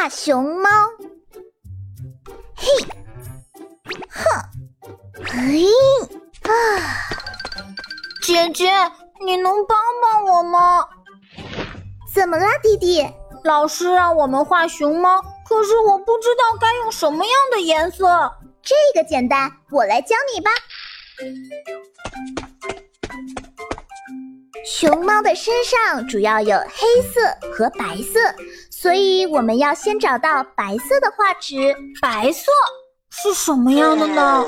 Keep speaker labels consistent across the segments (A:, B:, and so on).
A: 大熊猫。嘿，哼，嘿啊！
B: 哎姐姐，你能帮帮我吗？
A: 怎么啦，弟弟？
B: 老师让我们画熊猫，可是我不知道该用什么样的颜色。
A: 这个简单，我来教你吧。熊猫的身上主要有黑色和白色，所以我们要先找到白色的画纸。
B: 白色是什么样的呢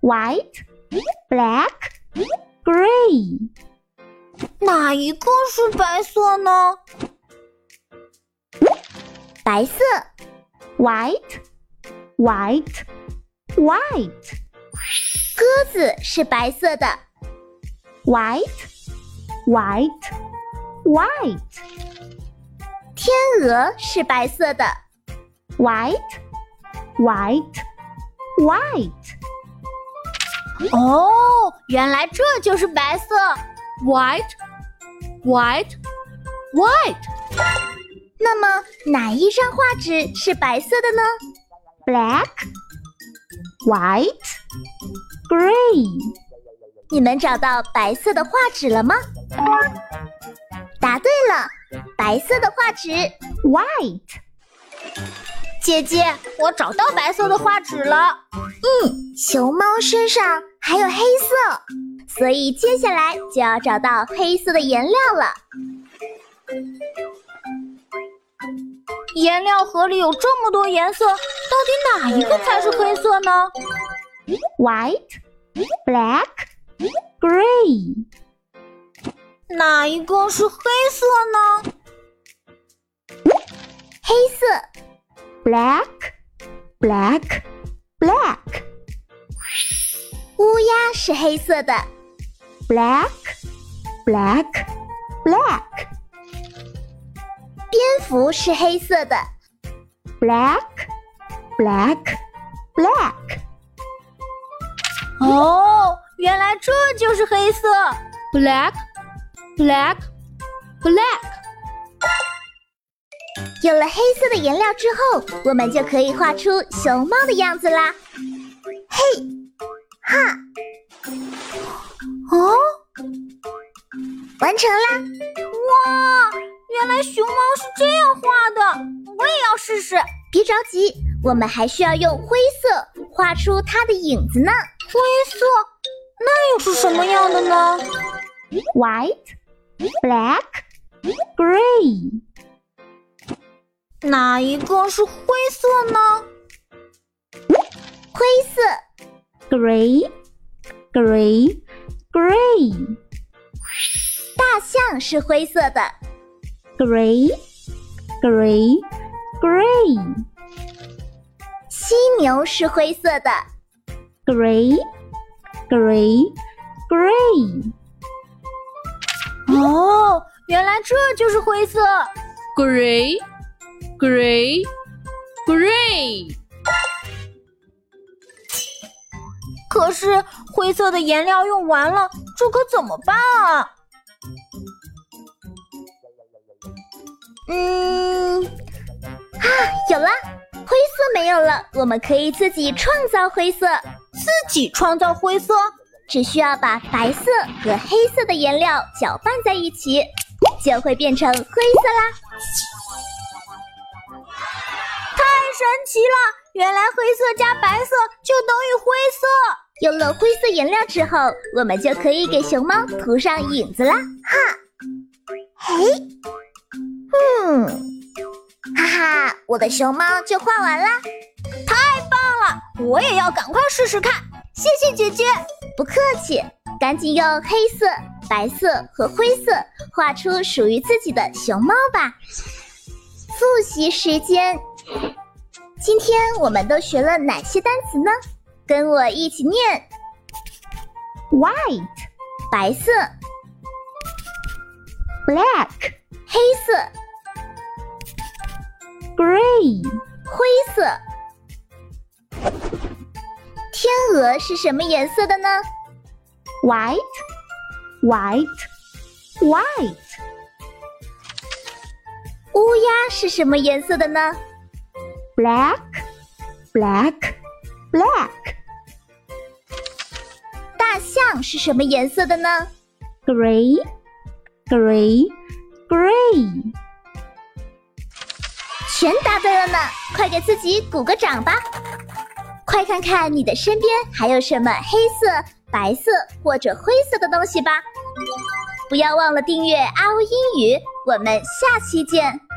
C: ？White, black, gray。
B: 哪一个是白色呢？
A: 白色
C: ，white, white, white。
A: 鸽子是白色的。
C: white, white, white。
A: 天鹅是白色的
C: ，white, white, white。
B: 哦，原来这就是白色，white, white, white。
A: 那么哪一张画纸是白色的呢
C: ？black, white, gray。
A: 你们找到白色的画纸了吗？答对了，白色的画纸
C: ，white。
B: 姐姐，我找到白色的画纸了。
A: 嗯，熊猫身上还有黑色，所以接下来就要找到黑色的颜料了。
B: 颜料盒里有这么多颜色，到底哪一个才是黑色呢
C: ？White, black。Gray，
B: 哪一个是黑色呢？
A: 黑色
C: ，black，black，black black。
A: 乌鸦是黑色的
C: ，black，black，black black。
A: 蝙蝠是黑色的
C: ，black，black，black。
B: 哦。原来这就是黑色，black，black，black black, black。
A: 有了黑色的颜料之后，我们就可以画出熊猫的样子啦。嘿，哈，
B: 哦，
A: 完成啦！
B: 哇，原来熊猫是这样画的，我也要试试。
A: 别着急，我们还需要用灰色画出它的影子呢。
B: 灰色。那又是什么样的呢
C: ？White, black, gray。
B: 哪一个是灰色呢？
A: 灰色
C: ，gray, gray, gray。
A: 大象是灰色的
C: ，gray, gray, gray。
A: 犀牛是灰色的
C: ，gray。Gray, gray。
B: 哦，原来这就是灰色。
D: Gray, gray, gray。
B: 可是灰色的颜料用完了，这可怎么办啊？
A: 嗯，啊，有了，灰色没有了，我们可以自己创造灰色。
B: 自己创造灰色，
A: 只需要把白色和黑色的颜料搅拌在一起，就会变成灰色啦！
B: 太神奇了！原来黑色加白色就等于灰色。
A: 有了灰色颜料之后，我们就可以给熊猫涂上影子啦！哈，嘿，嗯，哈哈，我的熊猫就画完啦！
B: 太棒了！我也要赶快试试看。谢谢姐姐，
A: 不客气。赶紧用黑色、白色和灰色画出属于自己的熊猫吧。复习时间，今天我们都学了哪些单词呢？跟我一起念
C: ：white
A: 白色
C: ，black
A: 黑色
C: ，gray
A: 灰色。天鹅是什么颜色的呢
C: ？White, white, white。
A: 乌鸦是什么颜色的呢？
C: black, black, black,
A: 大象是什么颜色的呢？
C: gray, gray, gray.
A: 全答对了呢！快给自己鼓个掌吧！快看看你的身边还有什么黑色、白色或者灰色的东西吧！不要忘了订阅阿乌英语，我们下期见。